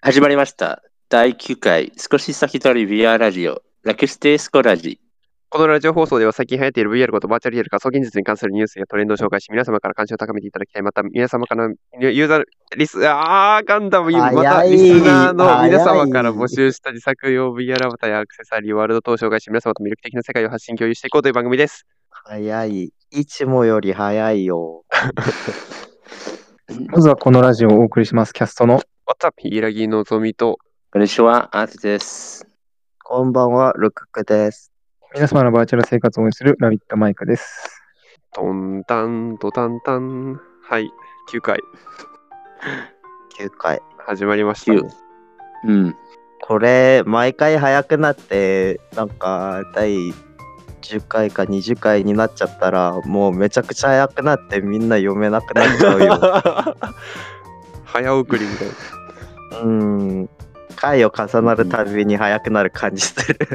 始まりました。第9回、少し先取り VR ラジオ、楽してスコラジ。このラジオ放送では最近流行っている VR ことバーチャルリアル仮想現実に関するニュースやトレンドを紹介し、皆様から関心を高めていただきたい。また、皆様からのユーザー、リス、あー、ガンダム、早いまた、リスナーの早い皆様から募集した自作用 VR アバターやアクセサリー、ワールド等を紹介し、皆様と魅力的な世界を発信共有していこうという番組です。早い。いつもより早いよ。まずはこのラジオをお送りします、キャストの。 What's up? ヒイラギのぞみと、こんにちは、アーティです。こんばんは、ルクックです。皆様のバーチャル生活を応援するラビットマイクです。トンタン、ドタンタン。はい、9回、 9回。始まりましたね、うん。これ、毎回早くなって、なんか、第10回か20回になっちゃったら、もうめちゃくちゃ早くなって、みんな読めなくなっちゃう よ。早送りみたいな。うん。回を重なるたびに早くなる感じす る。ちょっ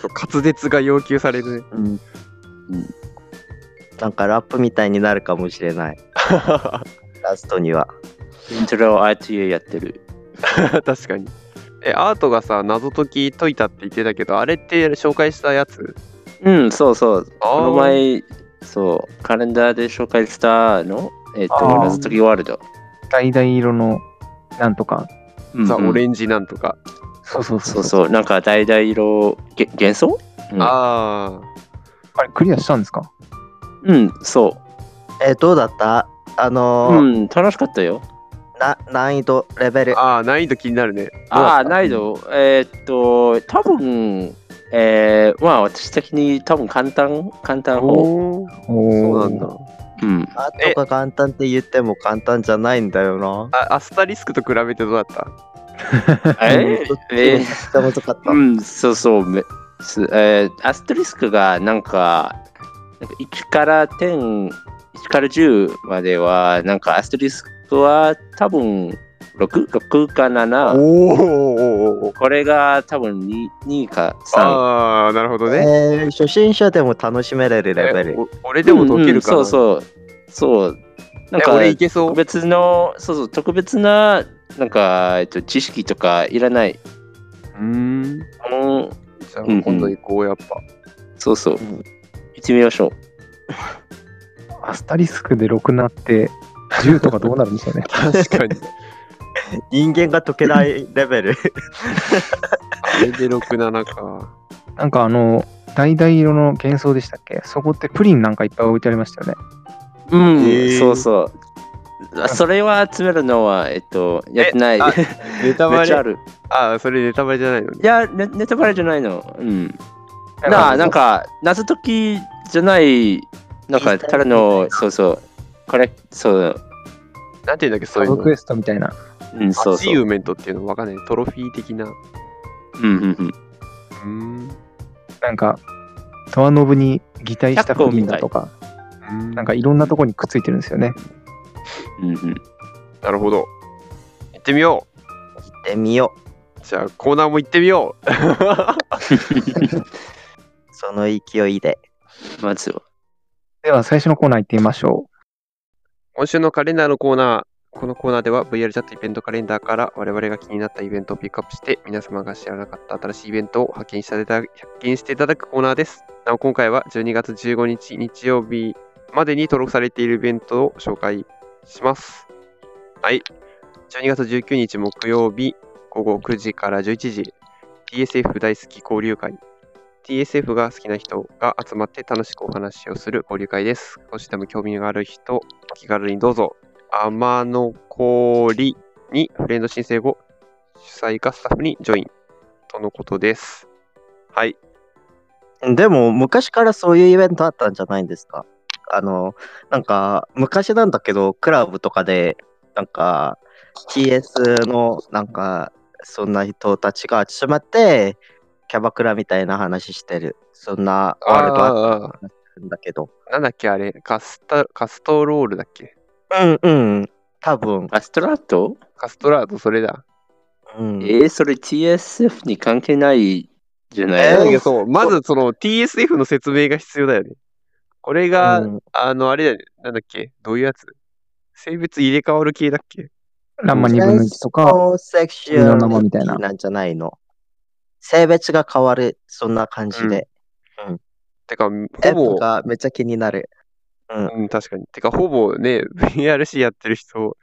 と滑舌が要求されるね。うん。なんかラップみたいになるかもしれ ない。ラストには。イントロを RTA やってる。 確かにえアートがさ謎解き解いたって言ってたけどあれって紹介したやつうん、そうそう。あこーの前、そう、カレンダーで紹介したの、えっ、と、あー謎解きワールド。橙色のなんとか。うんザ・うんオレンジなんとか、そうそうそそうう。そう、なんか、橙色、げ幻想うんああれ、クリアしたんですかうん、そえ、どうだったあう。のーうん、楽しかったよ。な難易度レベルーあー難易度気になるねああ、難易度、えーっと、多分えー、まあ私的に多分簡単、簡単法。おーおーそうなんだうん。あとか簡単って言っても簡単じゃないんだよな。あアスタリスクと比べてどうだったえーめえっちゃ難かった。ー、うん、そうそう。めすえー、アストリスクがなんか、なんか1から10、1から10までは、なんかアストリスクは多分 6? 6か7。おーおーおーこれが多分 2, 2か3。ああなるほどねえー初心者でも楽しめれるレベえル。お俺でも解けるかな、うんうんそうそう。そう。なんえか、俺いけそ特う別のそうそう特別ななんか、えっと、知識とかいらない、ううんん、じゃあうんうん今度行こうやっぱ、。そうそう、ん行ってみましょうアスタリスクで6なって、10とかどうなるんでしょうね 確かに人間が解けないレベ ル。あれで67か なんかあの、橙色の幻想でしたっけそこってプリンなんかいっぱい置いてありましたよね。うん、へーそうそうあそれは集めるのはえっとやってない えあめネタバっちゃあレるああそれネタバレじゃないのねいやネネタバレじゃないのうんだならあなん、か謎解きじゃないなんかからのそうそうこれそうなんていうんだっけそサういうブのクエストみたいな。うんそうアチそうーブメントっていうのわかんない。トロフィー的な。ううんうんうんーん。なんか、ドアノブに擬態したプリンだとか、ななんかいろんなとこにくっついてるんですよね。うんうんなるほど。行ってみよう。行ってみよう。じゃあコーナーも行ってみよう。その勢いで。まずはでは最初のコーナー行ってみましょ今週のカレンダーのコーナー。このコーナーでは VR チャットイベントカレンダーから我々が気になったイベントをピックアップして皆様が知らなかった新しいイベントを発見していただ発見していただくコーナーです。なお今回は12月15日日曜日までに登録されているイベントを紹介します。はい。12月19日木曜日午後9時から11時 TSF 大好き交流会 TSF が好きな人が集まって楽しくお話をする交流会です。少しでも興味がある人、お気軽にどうぞ。天の氷にフレンド申請後、主催かスタッフにジョインとのことです。はい。でも、昔からそういうイベントあったんじゃないんですかあの、なんか、昔なんだけど、クラブとかで、なんか、TS の、なんか、そんな人たちが集まって、キャバクラみたいな話してる。そんなワールドあっあたんだけど。ーなんだっけあれカスタ、カストロールだっけうんうん。多分。アストラートカストラード、それだ。うん、えー、それ TSF に関係ないじゃないえーなんかそう、まずその TSF の説明が必要だよね。これが、うんあの、あれだよね。なんだっけどういうやつ性別入れ替わる系だっけランマ2分の1とか、セクシュアルみたいな。なんじゃないの。性別が変わる、そんな感じで。てか、エほッぼ、がめっちゃ気になる。うん、確かに。てか、ほぼね、VRC やってる人、う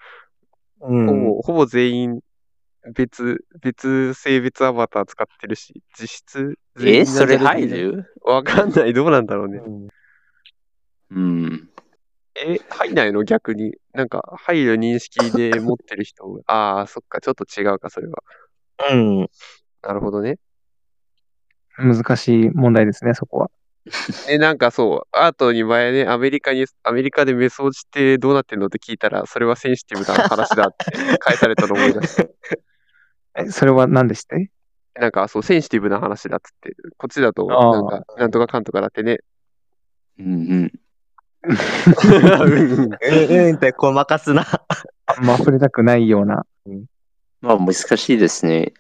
ほん。ぼ、ほぼ全員、別、別性別アバター使ってるし、実質全員え、なんじゃそねれ入るわかんない。どうなんだろうね。うん。え、入んないの逆に。なんか、入る認識で持ってる人。 ああ、そっか、ちょっと違うか、それは。うん。なるほどね。難しい問題ですね、そこは。で、なんかそう、アートに前ね、アメリカに、アメリカでメソ落ちってどうなってんのって聞いたら、それはセンシティブな話だって 返されたの思い出して。え、それは何でして なんか、そう、センシティブな話だっつって、こっちだと、なあーんか、なんとかかんとかだっ てね。うんうん。うんうんうんうんってごまかすな。あんま触れたくないような。まあ難しいですね。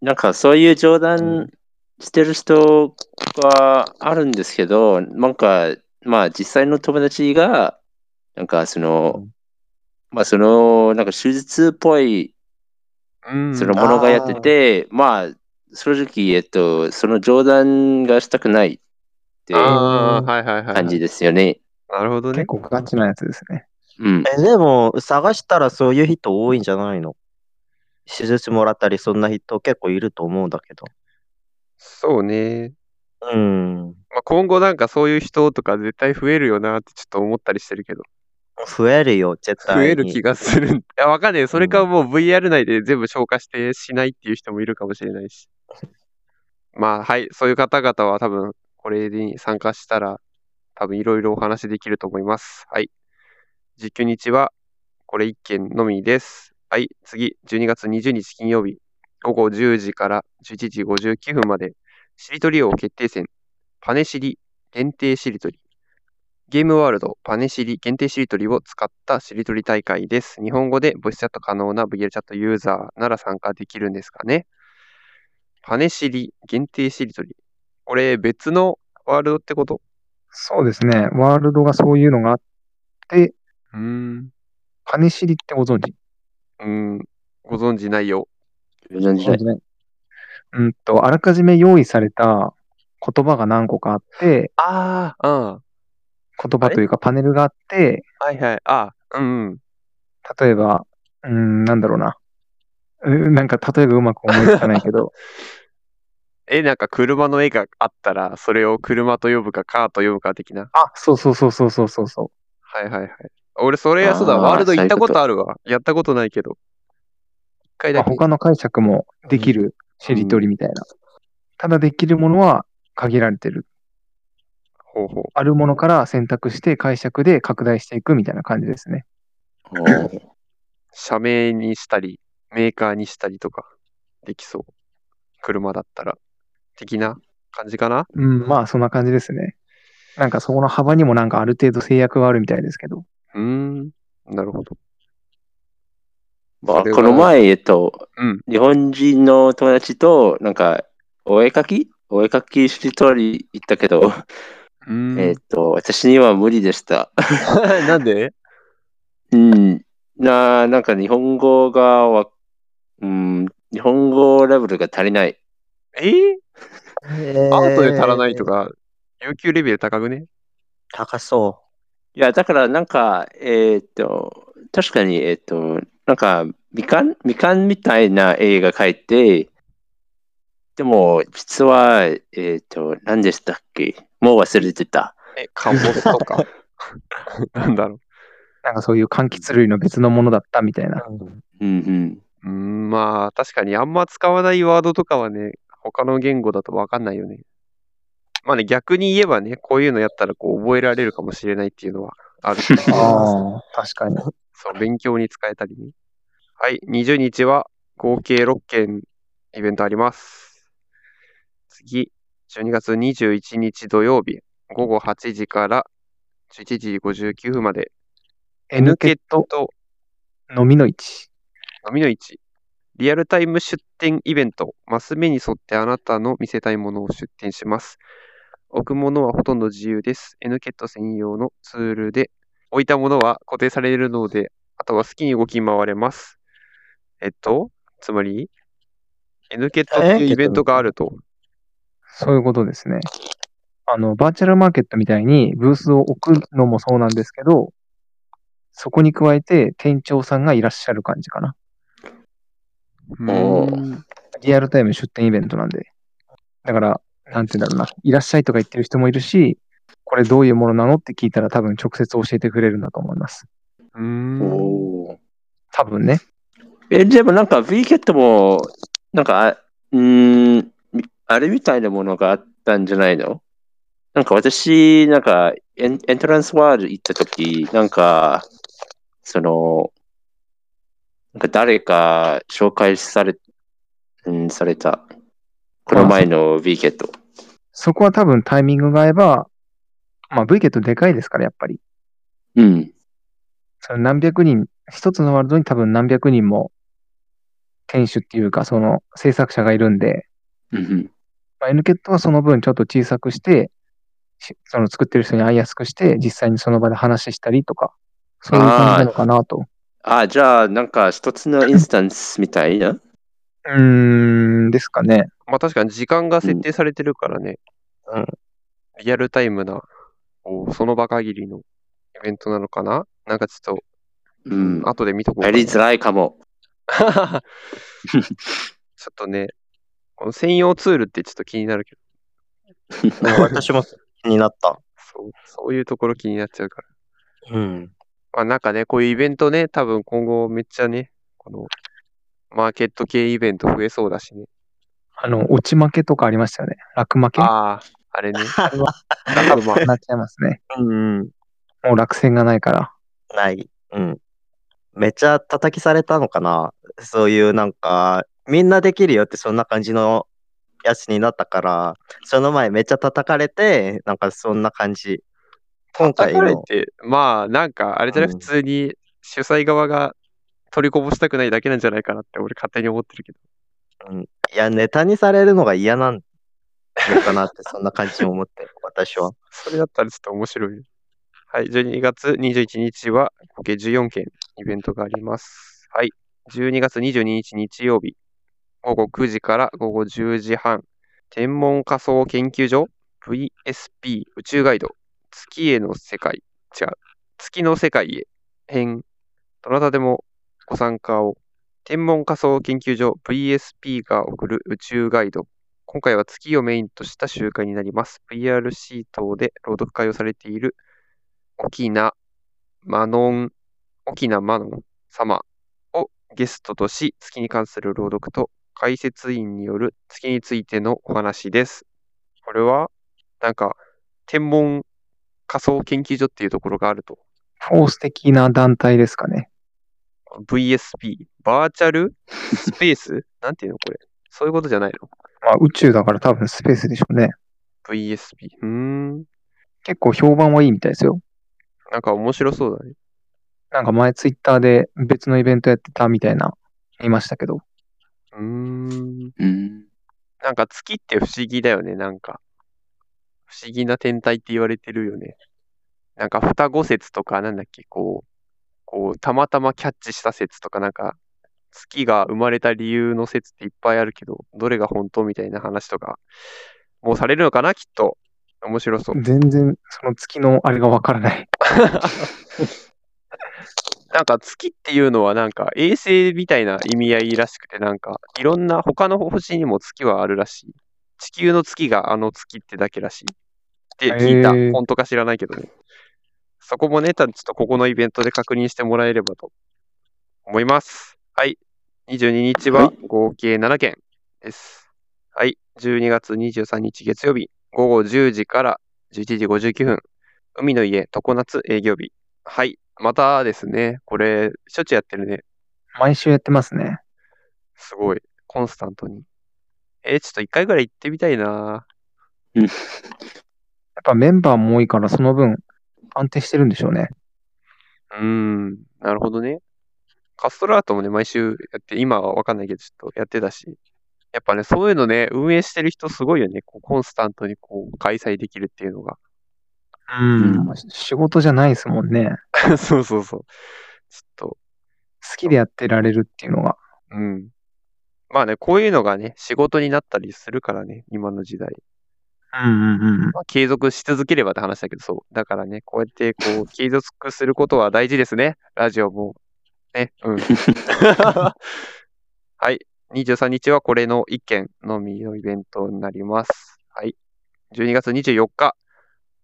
なんかそういう冗談してる人があるんですけど、なんかまあ実際の友達が、なんかその、まあその、なんか手術っぽいうんそのものがやってて、まあ正直、えっと、その冗談がしたくないって感ああ、はいはいはい。じですよね。なるほど結ね。構ガチなやつですね。うん。 え、でも、探したらそういう人多いんじゃないの手術もらったり、そんな人結構いると思うんだけど。そうね。うん。まあ、今後なんかそういう人とか絶対増えるよなってちょっと思ったりしてるけど、増えるよ、絶対増に。える気がする。いや、わかんない。それかもう VR 内で全部消化してしないっていう人もいるかもしれないし。まあ、はい。そういう方々は多分、これに参加したら、多分いろいろお話できると思います。はい。19日は、これ1件のみです。はい。次、12月20日金曜日、午後10時から11時59分まで、しりとり王決定戦、パネしり限定しりとり。ゲームワールドパネしり限定しりとりを使ったしりとり大会です。日本語でボイスチャット可能な VR チャットユーザーなら参加できるんですかね。パネしり限定しりとり。これ別のワールドってことそうですね。ワールドがそういうのがあって、うーん。金知りってご存知うん。ご存知ないよ。冗談じゃないうんと、あらかじめ用意された言葉が何個かあって、ああ、うん。言葉というかパネルがあって、はいはい。ああ、うんうん。例えば、うーん、なんだろうな。うーなんか例えばうまく思いつかないけど、え、なんか車の絵があったら、それを車と呼ぶかカーと呼ぶか的な。あ、そうそうそうそうそうそうそう。はいはいはい。俺、それ、あーそうだ、ワールド行ったこそうとあるわ。やったことないけど。一回まあだけ。他の解釈もできるしりとりみたいな。ただできるものは限られてる。ほうほう。あるものから選択して解釈で拡大していくみたいな感じですね。おー社名にしたり、メーカーにしたりとか、できそう。車だったら。的な感じかなうん、まあそんな感じですね。なんかそこの幅にもなんかある程度制約はあるみたいですけど。うーん。なるほど。まあ、それはこの前、えっと、うん日本人の友達と、なんか、お絵かきお絵かきしりとり行ったけど、うーん。えっと、私には無理でした。 なんでうん。な、なんか日本語がわ、うん、日本語レベルが足りない。えー、えーアートで足らないとか、要求レベル高くね高そいや、だからなんか、えっと、確かに、えっと、なんか、みかん、みかんみたいな絵が描いて、でも、実は、えっと、何でしたっけもう忘れてた。え、カモスとか。なんだろなんかそういう柑橘類の別のものだったみたいな。うんうん。う。うーん、まあ、確かにあんま使わないワードとかはね、他の言語だとわかんないよね。まあね、逆に言えばね、こういうのやったらこう覚えられるかもしれないっていうのはある。ああ、確かに。そう、勉強に使えたりね。はい、20日は合計6件イベントあります。次、12月21日土曜日、午後8時から11時59分まで、 N ケットとのみの市。のみの市、リアルタイム出店イベント、マス目に沿ってあなたの見せたいものを出店します。置くものはほとんど自由です。N ケット専用のツールで、置いたものは固定されるので、あとは好きに動き回れます。えっと、つまり、N ケットっていうイベントがあると。そういうことですね。あの、バーチャルマーケットみたいにブースを置くのもそうなんですけど、そこに加えて店長さんがいらっしゃる感じかな。うんおリアルタイム出店イベントなんで。だから、なんて言うんだろうな。いらっしゃいとか言ってる人もいるし、これどういうものなのって聞いたら多分直接教えてくれるんだと思います。うんおー多分ね。え、でもなんか V ケットも、なんか、あうーん、あれみたいなものがあったんじゃないのなんか私、なんかエン、エントランスワールド行った時なんか、その、なんか誰か紹介され、うん、された。この前の V ケット。そこは多分タイミングが合えば、まあ V ケットでかいですから、やっぱり。うん。その何百人、一つのワールドに多分何百人も店主っていうか、その制作者がいるんで、うんまあ、N ケットはその分ちょっと小さくして、しその作ってる人に会いやすくして、実際にその場で話したりとか、そういう感じなのかなと。あ、じゃあ、なんか一つのインスタンスみたいな。うーん、ですかね。まあ確かに時間が設定されてるからね。うんリアルタイムな、こうその場限りのイベントなのかななんかちょっうんと、。後で見とこうかやな。りづらいかも。ちょっとね、この専用ツールってちょっと気になるけど、私も気になった。そうそういうところ気になっちゃうから。うん。まあなんかね、こういうイベントね、多分今後めっちゃね、このマーケット系イベント増えそうだしね。あの、落ち負けとかありましたよね。落負けなああ、あれね。っ 落馬ちゃいますね。うん。もう落選がないから。ない。うん。めっちゃ叩きされたのかなそういうなんか、みんなできるよってそんな感じのやつになったから、その前めっちゃ叩かれて、なんかそんな感じ。今回叩かれの。て、まあなんかあれじゃない、うん普通に主催側が取りこぼしたくないだけなんじゃないかなって俺勝手に思ってるけど。いや、ネタにされるのが嫌なんのかなって、そんな感じに思って、私 は。それだったらちょっと面白いよ。はい、12月21日は合計14件イベントがあります。はい、12月22日日曜日、午後9時から午後10時半、天文仮想研究所 VSP 宇宙ガイド月への世界、違う、月の世界へ編、どなたでもご参加を。天文仮想研究所 VSP が送る宇宙ガイド今回は月をメインとした集会になります。VRC 等で朗読会をされている沖縄マノン、沖縄マノン様をゲストとし、月に関する朗読と解説員による月についてのお話です。これは、なんか、天文仮想研究所っていうところがあると。フォース的な団体ですかね。 VSP、バーチャルスペース なんていうのこれ。そういうことじゃないのまあ宇宙だから多分スペースでしょうね。 ?VSP。うーん。結構評判はいいみたいですよ。なんか面白そうだね。なんか前ツイッターで別のイベントやってたみたいな、言いましたけど。うーん。うん。なんか月って不思議だよね、なんか。不思議な天体って言われてるよね。なんか双子説とか、なんだっけ、こう、こう、たまたまキャッチした説とか、なんか、月が生まれた理由の説っていっぱいあるけど、どれが本当みたいな話とか、もうされるのかな、きっと。面白そう。全然その月のあれがわからない。なんか月っていうのはなんか衛星みたいな意味合いらしくてなんかいろんな他の星にも月はあるらしい。地球の月があの月ってだけらしい。って聞いた。へー本当か知らないけどね。そこもね、たちょっとここのイベントで確認してもらえればと思います。はい。22日は合計7件です。はい。12月23日月曜日午後10時から11時59分。海の家常夏営業日。はい。またですね、これ、しょっちゅうやってるね。毎週やってますね。すごい。コンスタントに。えーちょっと一回ぐらい行ってみたいな。やっぱメンバーも多いからその分安定してるんでしょうね。うーん。なるほどね。カストラートもね、毎週やって、今はわかんないけど、ちょっとやってたし。やっぱね、そういうのね、運営してる人すごいよね。こうコンスタントにこう開催できるっていうのが。 うん。仕事じゃないですもんね。そうそうそう。ちょっと、好きでやってられるっていうのが。うん。まあね、こういうのがね、仕事になったりするからね、今の時代。うんうんうん。まあ、継続し続ければって話だけど、そう。だからね、こうやってこう、継続することは大事ですね。ラジオも。ね、うん。はい。23日はこれの1件のみのイベントになります。はい。12月24日、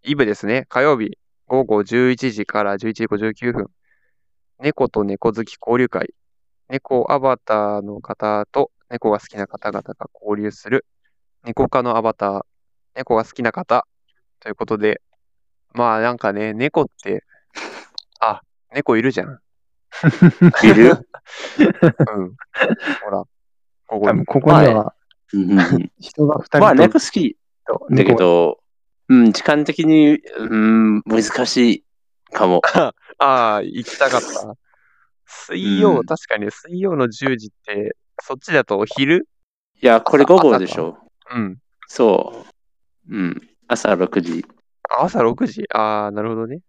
イブですね。火曜日、午後11時から11時59分。猫と猫好き交流会。猫アバターの方と猫が好きな方々が交流する。猫科のアバター。猫が好きな方ということで、まあなんかね、猫って、あ、猫いるじゃん。いる うん。ほら、ここ多に分ここにはうんうん人が2人と、まあ、猫好きとだけ猫がど、うん、時間的に、うん、難しいかも。ああ、行きたかった。水曜、うん確かにね水曜の10時って、そっちだとお昼いや、これ午後でしょ。うん。そう。うん。朝6時。朝6時ああ、なるほどね。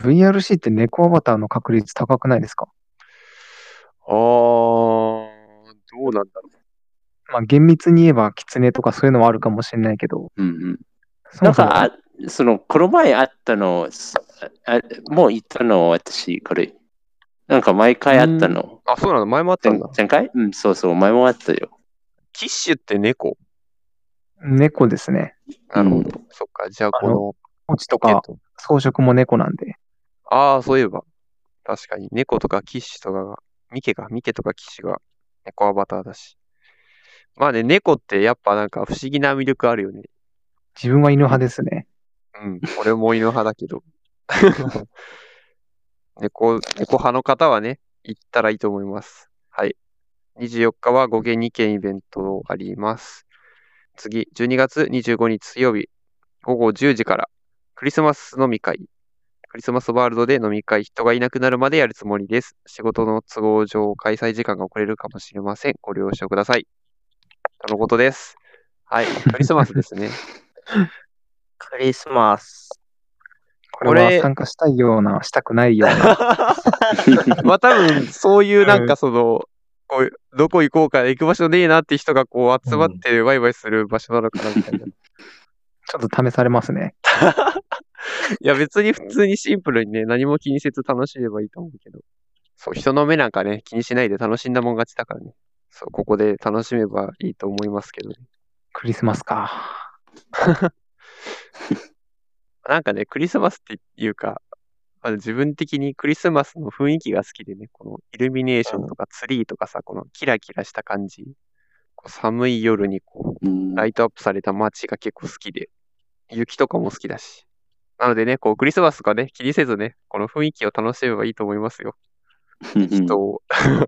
VRC って猫アバターの確率高くないですかああ、どうなんだろまあ厳密に言えば狐とかそういうのはあるかもしれないけど、うんうん。そなもんそもか、あその、この前会ったの、すあもう行ったの、私、これ。なんか毎回会ったの。う。あ、そうなの前もあった前んだ。前回うん、そうそう、前も会ったよ。キッシュって猫猫ですね。なるほうんど。そっか、じゃああのこポチとの、えっかと装飾も猫なんで。ああ、そういえば。確かに、猫とかキッシュとかが、ミケが、ミケとかキッシュが猫アバターだし。まあね、猫ってやっぱなんか不思議な魅力あるよね。自分は犬派ですね。うん、俺も犬派だけど。猫、猫派の方はね、行ったらいいと思います。はい。24日は5件2件イベントあります。次、12月25日水曜日、午後10時から、クリスマス飲み会。クリスマスワールドで飲み会、人がいなくなるまでやるつもりです。仕事の都合上、開催時間が遅れるかもしれません。ご了承ください。とのことです。はい、クリスマスですね。クリスマス。これは参加したいような、したくないよ うな。 まあ多分そういうなんかその、こういうどこ行こうか行く場所ねえなって人がこう集まってワイワイする場所なのかなみたい な。いちょっと試されますね。や別に普通にシンプルにね何も気にせず楽しめばいいと思うけど。そう人の目なんかね気にしないで楽しんだもん勝ちだからね。そうここで楽しめばいいと思いますけどね。クリスマスか。なんかねクリスマスっていうか。まあ自分的にクリスマスの雰囲気が好きでね、このイルミネーションとかツリーとかさ、このキラキラした感じ、こう寒い夜にこううんライトアップされた街が結構好きで、雪とかも好きだし。なのでね、こう、クリスマスとかね、気にせずね、この雰囲気を楽しめばいいと思いますよ。うん人 を。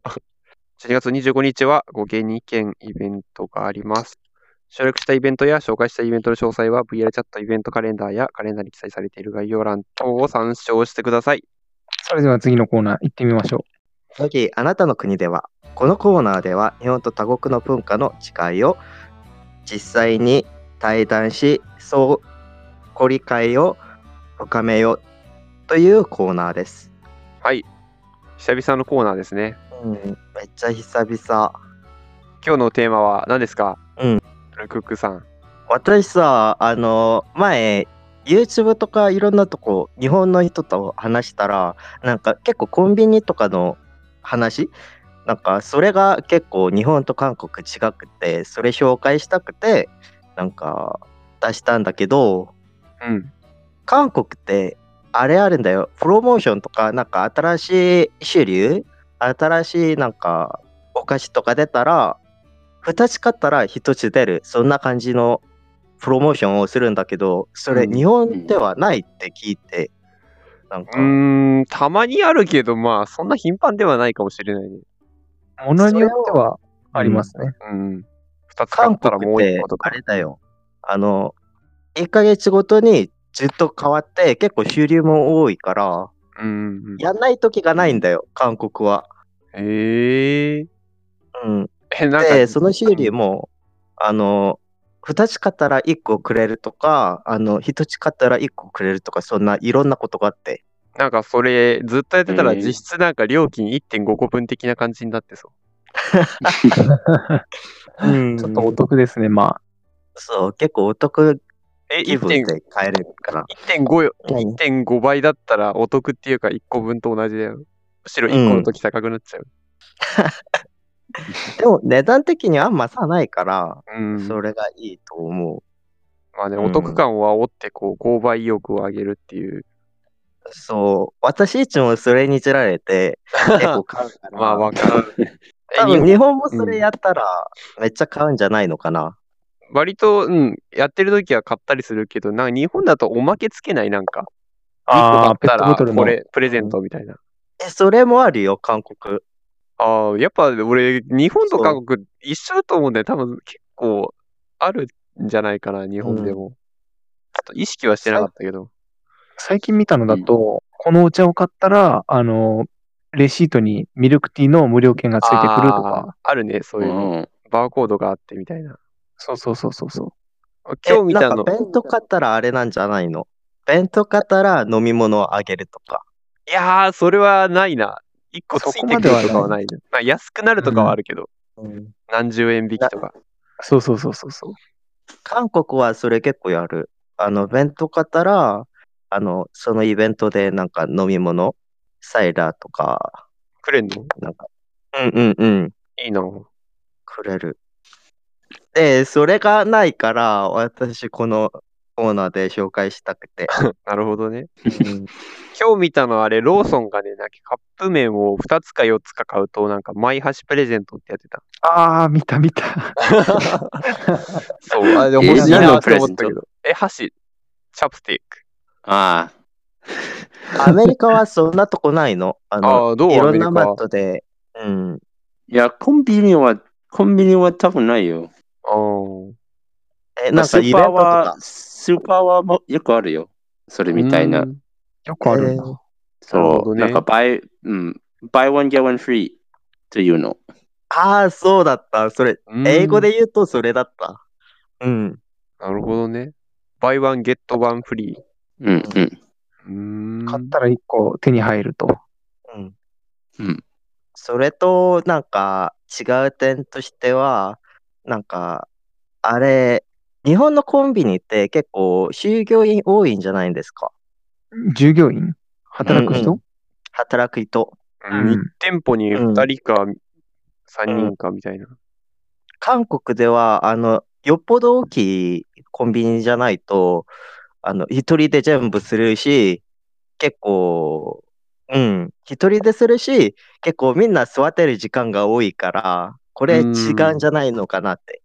12月25日は、ご芸人兼イベントがあります。省略したイベントや紹介したイベントの詳細は VR チャットイベントカレンダーやカレンダーに記載されている概要欄等を参照してください。それでは次のコーナー行ってみましょ次、あなたの国では、このコーナーでは日本と他国の文化の違いを実際に対談し、そう、ご理解を深めようというコーナーです。はい。久々のコーナーですね。うん、めっちゃ久々。今日のテーマは何ですかうん。ルクックさん。私さ、あの、前、YouTube とかいろんなとこ、日本の人と話したら、なんか結構コンビニとかの話なんかそれが結構日本と韓国違くて、それ紹介したくて、なんか出したんだけど、うん。韓国ってあれあるんだよプロモーションとかなんか新しい主流新しいなんかお菓子とか出たら2つ買ったら1つ出るそんな感じのプロモーションをするんだけどそれうん日本ではないって聞いて、なんうか、ーん、たまにあるけど、まあ、そんな頻繁ではないかもしれないね。う。ものによってはありますね。うん。二つ買韓ったらも国うっ一て個とあか。れだよあの1ヶ月ごとにずっと変わって結構収流も多いからうんうんうん。やんない時がないんだよ韓国は。ええうんえ、なんか、で、その修理も、あの、2つ買ったら1個くれるとか、あの、1つ買ったら1個くれるとか、そんないろんなことがあって。なんかそれずっとやってたらうん実質なんか料金1.5個分的な感じになってそう。うんちょっとお得ですね、まあ。そう、結構お得え、気分1.5で買えるから。 1.5よ何1.5倍だったらお得っていうか1個分と同じだよ。むしろ1個の時高くなっちゃう。でも値段的にあんま差ないから、うん。それがいいと思う。まあね、うんお得感を煽ってこう購買意欲を上げるっていう。そう、私いつもそれにつら れて、結構買うから。まあわかる。え多日分本日本もそれやったら、めっちゃ買うんじゃないのかな。割と、うん、やってる時は買ったりするけど、なんか日本だとおまけつけないなんか。あ1個あ、ペ買ッったトらボトルのこ。れプレゼントみたいな。え、それもあるよ、韓国。ああ、やっぱ俺、日本と韓国一緒だと思うんだよ。多分結構あるんじゃないかな、日本でも。ちょっと意識はしてなかったけど。最近見たのだと、このお茶を買ったら、あの、レシートにミルクティーの無料券がついてくるとあーか。あるね、そうういうの。ん。バーコードがあってみたいな。そうそうそうそうそう。今日見たえなのんか、弁当買ったらあれなんじゃないの弁当買ったら飲み物をあげるとか。いやー、それはないな。一個ついてくるとかはないね。まあ、安くなるとかはあるけど、何十円引きとか。そうそうそうそうそう。韓国はそれ結構やる。あの、弁当買ったら、あの、そのイベントでなんか飲み物、サイダーとか、くれんのなんか、うんうんうん、いいな。くれる。で、それがないから、私このコーナーで紹介したくて。なるほどね。うん今日見たのはあれ、ローソンがね、なんかカップ麺を2つか4つか買うと、なんか、マイ箸プレゼントってやってた。ああ、見た 見た。そう、あれ、でもえ欲しい何なのっプてレゼ思っンたトけど。え、箸、チャプスティック。あアメリカはそんなとこないのあの、ああ、どうアいろメんリなカマッは。トで、うん、ーいや、コンビニは、コンビニは多分ないよ。うんえ、まなあんかスイベンーパトーとかは、。スーパーはもよくあるよ。それみたいなう。んよくあるんだ。えーそうなるほどねなんか、バイ、うん、buy one get one free というの。ああ、そうだった。それ、うん英語で言うとそれだった。うん。なるほどね。buy one, get one free。うん、うん。うーん買ったら1個手に入ると。うん。うんそれと、なんか、違う点としては、なんか、あれ、日本のコンビニって結構、就業員多いんじゃないんですか従業員働く人、うん働く人。うんうん一店舗に二人か三人かみたいな。韓国では、あの、よっぽど大きいコンビニじゃないと、あの、一人で全部するし、結構、うん、一人でするし、結構みんな座ってる時間が多いから、これ違うんじゃないのかなって。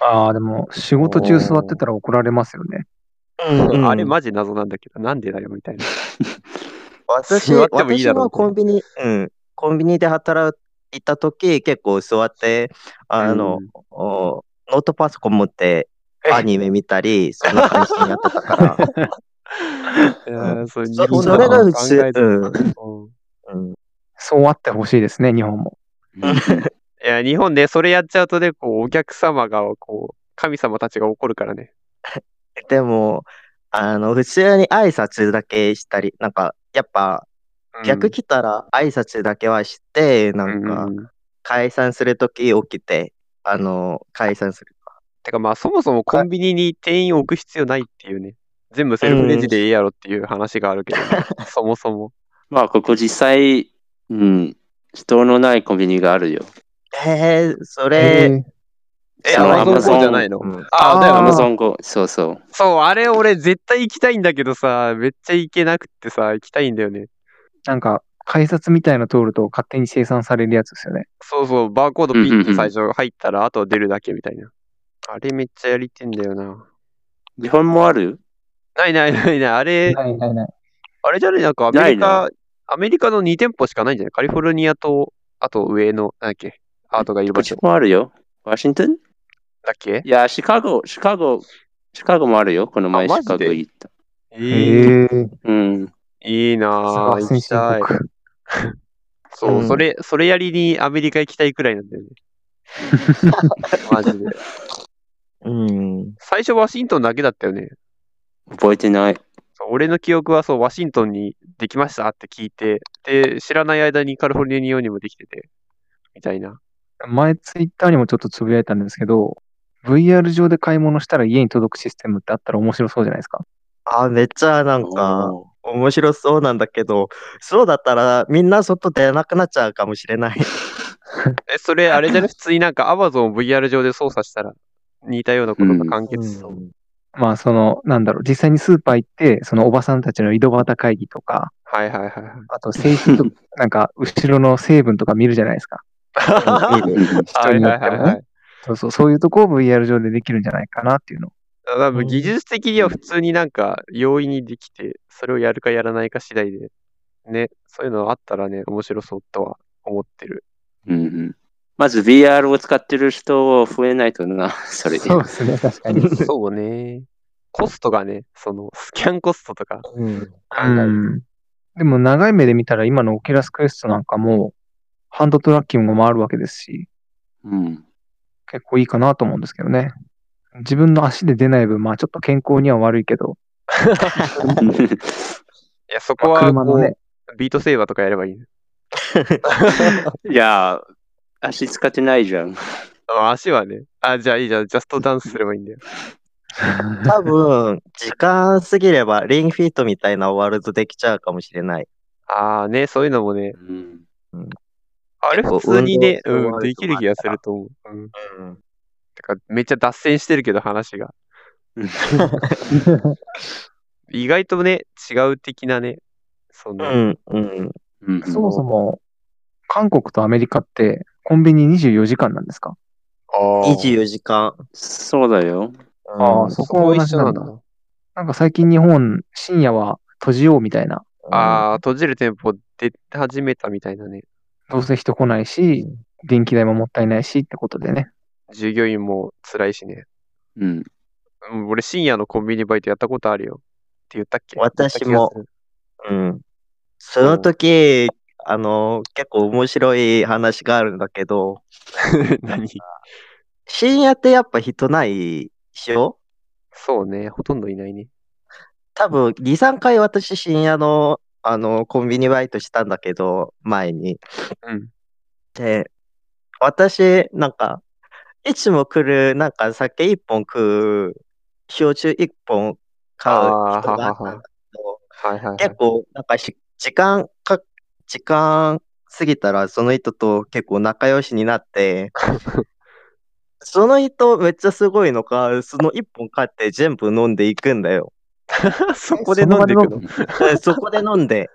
ああ、でも仕事中座ってたら怒られますよね。うんうんあれマジ謎なんだけど、なんでだよみたいな。私、座ってもいいだろう私もコンビニ、うん、コンビニで働いた時、結構座って、あの、うんおノートパソコン持ってえアニメ見たり、そんな感じになって たから。いやーそれそ日本それがだ普と考え通て。うんうんうんそうあってほしいですね、日本も。いや、日本でそれやっちゃうとね、こう、お客様が、こう、神様たちが怒るからね。 でも、あの、普通に挨拶だけしたり、なんか、やっぱ、うん逆来たら挨拶だけはして、なんうか、ん解散するとき起きて、あの、解散する。てかまあ、そもそもコンビニに店員を置く必要ないっていうね。全部セルフレジでいいやろっていう話があるけど、 そもそも。 まあ、ここ実際、うん、人のないコンビニがあるよ。えー、それ、ええ、その Amazon Amazon Go じゃないのうんああ、だよアねマゾン Go、そうそう。そう、あれ俺絶対行きたいんだけどさ、めっちゃ行けなくってさ、行きたいんだよね。なんか改札みたいなの通ると勝手に生産されるやつですよね。そうそう、バーコードピッうんうんうてん最初入ったら、あとは出るだけみたいな。あれめっちゃやりてんだよな。日本もあるないないないない、あれ、ないないない。あれじゃね、なんかアメリないカ、アメリカの2店舗しかないんじゃないカリフォルニアと、あと上の、なんだっけ、アートがいるこ場っち所もあるよ。ワシントンだっけいや、シカゴ、シカゴ、シカゴもあるよ。この前あマシジカでゴ行った。ええええ。うん。いいなぁ、探行しきたい。国。そう、うんそれ、それやりにアメリカ行きたいくらいなんだよ ね。マジで。うん。最初ワシントンだけだったよね。覚えてない。そう俺の記憶はそう、ワシントンにできましたって聞いて、で、知らない間にカリフォルニアに用にもできてて、みたいな。前ツイッターにもちょっとつぶやいたんですけど、VR 上で買い物したら家に届くシステムってあったら面白そうじゃないですか。あ、めっちゃなんか、面白そうなんだけど、そうだったらみんな外出なくなっちゃうかもしれない。え、それ、あれじゃ ね普通になんか Amazon を VR 上で操作したら、似たようなことが完結しそう。まあその、なんだろう、実際にスーパー行って、そのおばさんたちの井戸端会議とか、はいはいはいはい。あと製品 となんか後ろの成分とか見るじゃないですか。は うんいいね人いによはっいてはいもはいね。。そうそう、そういうとこを VR 上でできるんじゃないかなっていうの。多分技術的には普通になんか容易にできて、それをやるかやらないか次第で、ね、そういうのあったらね、面白そうとは思ってる。うんうんまず VR を使ってる人を増えないとな、 それで。そうですね、確かに。 そうね。コストがね、そのスキャンコストとか考えるうん。でも長い目で見たら今のオキュラスクエストなんかも、ハンドトラッキングもあるわけですし、うん。結構いいかなと思うんですけどね。自分の足で出ない分、まあちょっと健康には悪いけど、いや、そこまあは車このう、ね、ビートセーバーとかやればいいね。いや、足使ってないじゃん。あ足はね、あ、じゃあいいじゃん、ジャストダンスすればいいんだよ。多分、時間過ぎればリングフィートみたいなワールドできちゃうかもしれない。ああね、そういうのもね、うんあれ結構普通にね、運動うん、はできる気がすると思う。うん。うん、てか、めっちゃ脱線してるけど話が。意外とね、違う的なね、そんうな、ん、うん。うんそもそも、韓国とアメリカってコンビニ24時間なんですか24時間。そうだよ。あうんあ、そこは同じなんだ。なんか最近日本、深夜は閉じようみたいな。ああ、閉じる店舗出始めたみたいなね。どうせ人来ないし、電気代ももったいないしってことでね。従業員も辛いしね。うん。うん、俺深夜のコンビニバイトやったことあるよ。って言ったっけ私も。うん。その時、あの、結構面白い話があるんだけど、言った気がする 何深夜ってやっぱ人ないっしょそうね、ほとんどいないね。多分、2、3回私深夜の、あの、コンビニバイトしたんだけど、前に。うん。で、私、なんか、いつも来る、なんか酒1本食う、焼酎1本買うあー人がはははなんかこはいはうい、はい結。構、なんかし時間か、時間過ぎたら、その人と結構仲良しにな って、その人めっちゃすごいのか、その1本買って全部飲んでいくんだよ。そこで飲んでいくの。でそこで飲んで。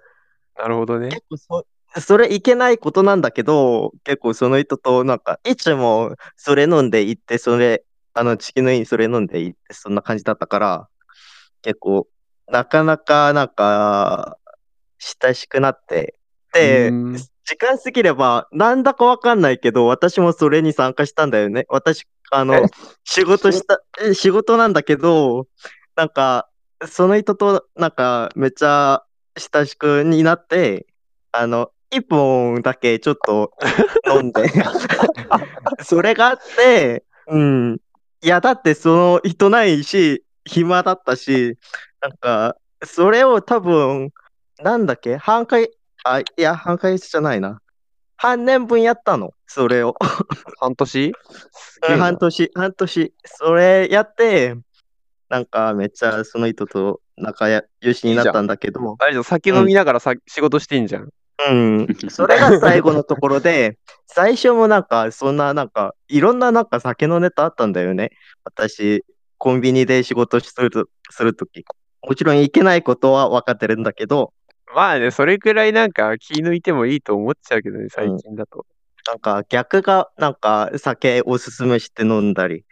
なるほどね。結構そそれいけないことなんだけど結構その人となんかいつもそれ飲んで行ってそれあの地球のいいそれ飲んで行ってそんな感じだったから結構なかなかなんか親しくなってでうん時間過ぎればなんだかわかんないけど私もそれに参加したんだよね私あえの仕事したえ仕事なんだけどなんかその人となんかめっちゃ親しくになって、あの、一本だけちょっ と飲んで、それがあって、うん。いや、だってその人ないし、暇だったし、なんか、それを多分、なんだっけ半回、あ、いや、半回じゃないな。半年分やったの、それを。半年すげえな半年、半年、それやって、なんかめっちゃその人と仲良しになったんだけど、あれじゃん酒飲みながらさ、仕事してんじゃん。うん、それが最後のところで、最初もなんか、そんななんか、いろんななんか酒のネタあったんだよね。私、コンビニで仕事するとするとき。もちろんいけないことは分かってるんだけど、まあね、それくらいなんか気抜いてもいいと思っちゃうけどね、最近だと。なんか逆が、なんか酒おすすめして飲んだり、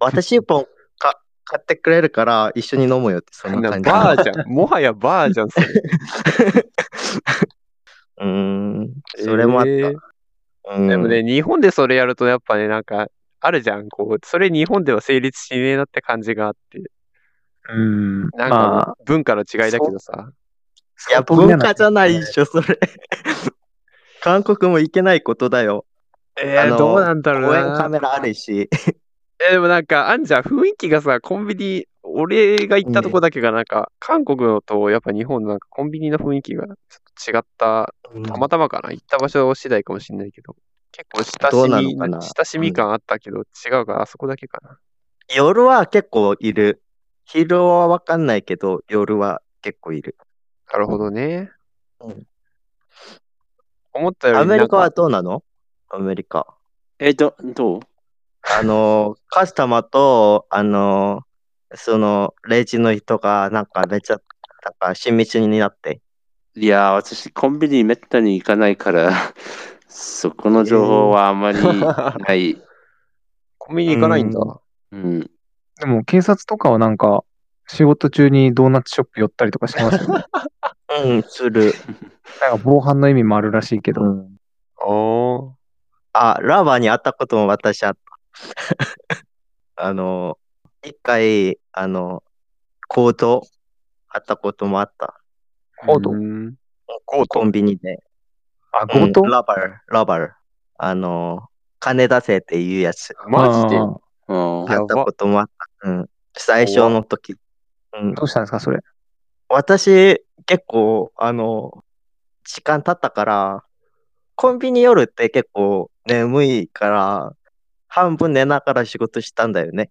私一本か買ってくれるから一緒に飲むよって、そんなな感じ。バーじ ゃん。もはやバーじゃん、それ。うーん、 それもあった。えーうんでもね、日本でそれやるとやっぱね、なんか、あるじゃん。こう、それ日本では成立しねえなって感じがあって。うん。なんまかあ、、文化の違いだけどさ。いや、文化じゃないっし ょ、それ。韓国もいけないことだよ。えあー、のどうなんだろ応う援カな。メラあるし。えーでもなんか、あんじゃん、雰囲気がさ、コンビニ、俺が行ったとこだけがなんか、韓国のとやっぱ日本のなんかコンビニの雰囲気がちょっと違った、たまたまかな、行った場所次第かもしれないけど、結構どう親なしのみかな親しみ感あったけど、違うから、あそこだけかな。夜は結構いる。昼はわかんないけど、夜は結構いる。なるほどね。うん思ったよりアメリカなんはかどうなのアメリカ。え、ど、どうあ の、カスタマーと、あの、その、レジの人が、なんかめっちゃ、なんか親密に なって。いやー、私、コンビニめったに行かないから、 そこの情報はあまりない。コンビニ行かないんだ。うんうん。でも警察とかはなんか、仕事中にドーナツショップ寄ったりとかしてますよね。うん、する。なんか防犯の意味もあるらしいけど。うんああ、ラバーに会ったことも私あった。 あの、一回、あの、行動会ったこともあった。あ。コートうんコーコト。ンビニで。あ、強盗、うんラバー、ラバー。あの、金出せっていうやつ。マジであーあやば会ったこともあった。うん。最初の時。うん。どうしたんですか、それ。私、結構、あの、時間経ったから、コンビニ夜って結構眠いから、半分寝ながら仕事したんだよね。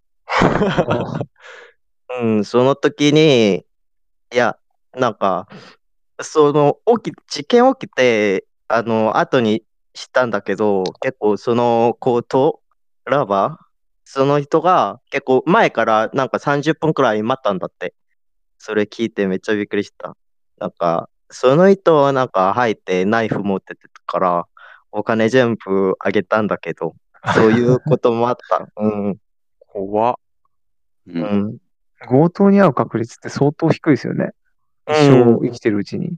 うん、その時に、いや、なんか、その、起き、事件起きて、あの、後にしたんだけど、結構その強盗、ラバー、その人が結構前からなんか30分くらい待ったんだって。それ聞いてめっちゃびっくりした。なんか、その人はなんか入ってナイフ持っててたから、お金全部あげたんだけど、そういうこともあった。うん、怖っ。う。うんん。強盗に遭う確率って相当低いですよね。一うん生生きてるうちに。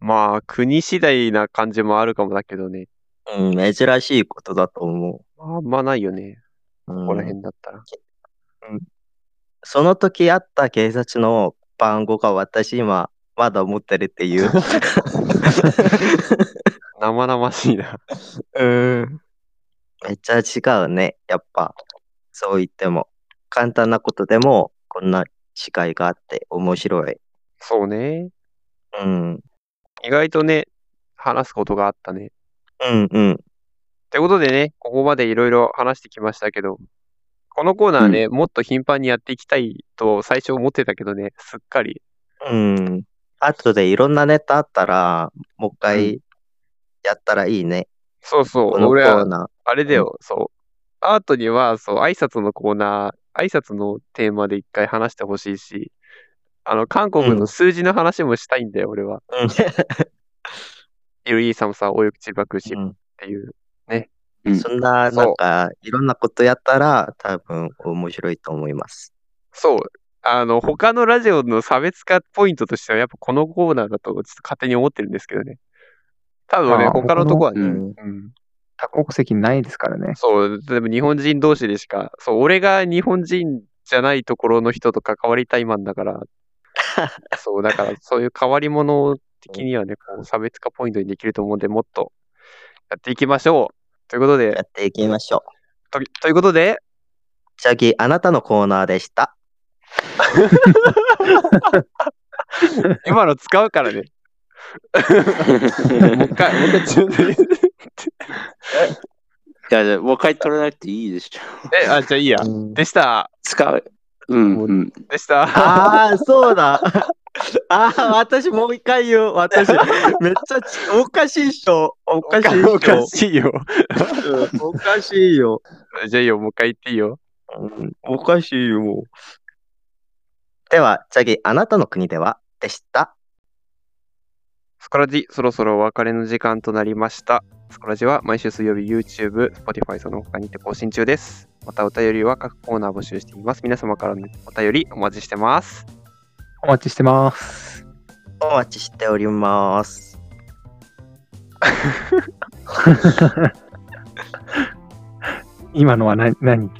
まあ、国次第な感じもあるかもだけどね。うん、珍しいことだと思まああんまないよね。う。ここら辺だったら。その時あった警察の番号が私今まだ持ってるっていう。生々しい な。うん。めっちゃ違うね。やっぱ、そう言っても。簡単なことでもこんな違いがあって面白い。そうね。うん。意外とね、話すことがあったね。うんうん。ってことでね、ここまでいろいろ話してきましたけど、このコーナーね、もっと頻繁にやっていきたいと最初思ってたけどね、すっかり。うん。あとでいろんなネタあったら、もう一回やったらいいね。そうそう、このコ俺はー、ナあれだよ、そう。アートには、そう、挨拶のコーナー、挨拶のテーマで一回話してほしいし、あの、韓国うのん数字の話もしたいんだよ、俺は。ー。いるいい寒さ、およくちばくしっうんていう。うんそんな、なんか、いろんなことやったら、多分面白いと思います。そう。あの、他のラジオの差別化ポイントとしては、やっぱこのコーナーだと、ちょっと勝手に思ってるんですけどね。多分ね、あー他のとこは ね、ううん、多国籍ないですからね。そう、でも日本人同士でしか、そう、俺が日本人じゃないところの人と関わりたいマンだ から、そう、だからそういう変わり者的にはね、こう差別化ポイントにできると思うんで、もっとやっていきましょう。ということやで、っていきましょう。とということで、チャギ、あなたのコーナーでした。今の使うからね。もう一回、もう一回自分で言う、いや、もう一回取らなくていいでしょ。え、あ、じゃあいいや。でした。使う。うん、うん。で した。ああ、そうだ。 ああ、私もう一回言う。私、めっちゃちおかしいっしょ。おかしいっしょ。おかしいよ。うんおかしいよ。じゃあいいよ、もう一回言っていいよ。おかしいよ。では、チャギ、あなたの国ではでした。スコラジ、そろそろお別れの時間となりました。スコラジは毎週水曜日 YouTube、Spotify その他にて更新中です。またお便りは各コーナー募集しています。皆様からのお便りお待ちしてます。お待ちしてます。お待ちしております。今のは何何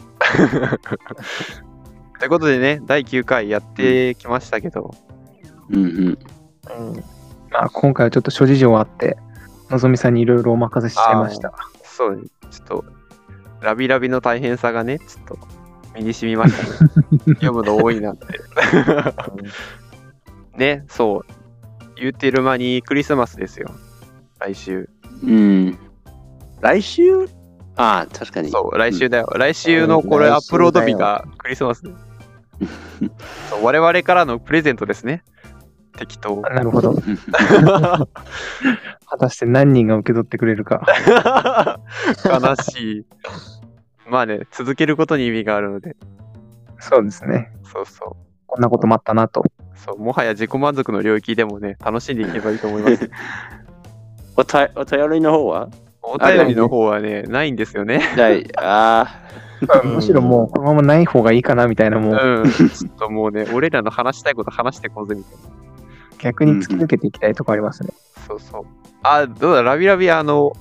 ということでね、第9回やってきましたけど、うん、うん。うん、まあ今回はちょっと諸事情あって、のぞみさんにいろいろお任せしちゃいました。そうね、ちょっと、ラビラビの大変さがね、ちょっと身に染みましたね。読むの多いなって。 ね、そう。言ってる間にクリスマスですよ。来週。うん。来週ああ、確かに。そう、来週だよ。来週のこれうんア来週だよップロード日がクリスマ ス。そう我々からのプレゼントですね。適 当。なるほど。うん。果たして何人が受け取ってくれるか。悲しい。まあね、続けることに意味があるので、そうですね。そうそこんなこともあったなと。う。そうもはや自己満足の領域でもね、楽しんでいけばいいと思い ます。 おたお便りの方はお便りの方はね、ないんですよね。じゃあ、あうんむしろもうこのままない方がいいかなみたいな、もう。うんちょっともうね、俺らの話したいこと話してこうぜみたいな。逆に突き抜けていきたいとこありますね。そうそう。あ、どうだ、ラビラビ、あの、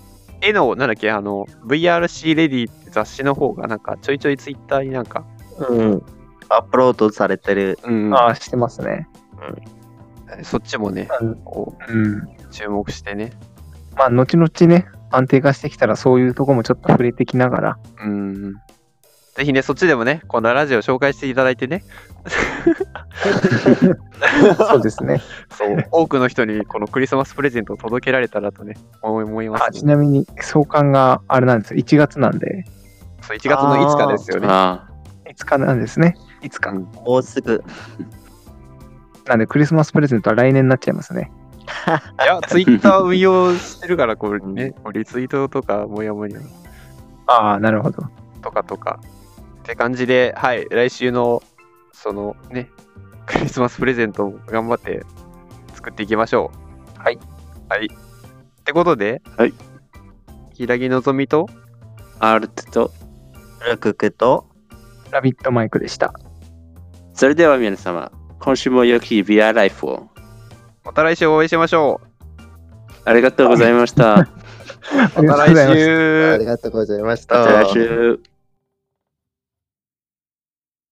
絵の、なんだっけ、あの、VRC レディって雑誌の方が、なんか、ちょいちょいツイッターになんか、うん。アップロードされてる。うん、ああ、してますね。そっちもね、うんこうん。う、注目してね。まあ、後々ね、安定化してきたら、そういうとこもちょっと触れてきなが ら、うん。ぜひね、そっちでもね、このラジオ紹介していただいてね、そうですね。そう、多くの人にこのクリスマスプレゼントを届けられたらとね、思い思いまあすちね、なみに、創刊があれなんですよ。1月なんで、そう1月の5日ですよあ、ね。あ5日なんですね。5日。もうすぐ。なんで、クリスマスプレゼントは来年になっちゃいますね。いや、ツイッター運用してるから、これね、こうリツイートとか、もやもやああ、なるほど。とかとか。って感じで、はい、来週の、そのね、クリスマスプレゼントを頑張って作っていきましょう。はい。はい。ってことで、はい。平木のぞみと、あ、アルトと。ルククと、ラビットマイクで した。それでは皆様、今週も良きビアライフを。また来週お会いしましょありがとうございました。あう。りまがたとうござ来います。週。がとうございましまた来週。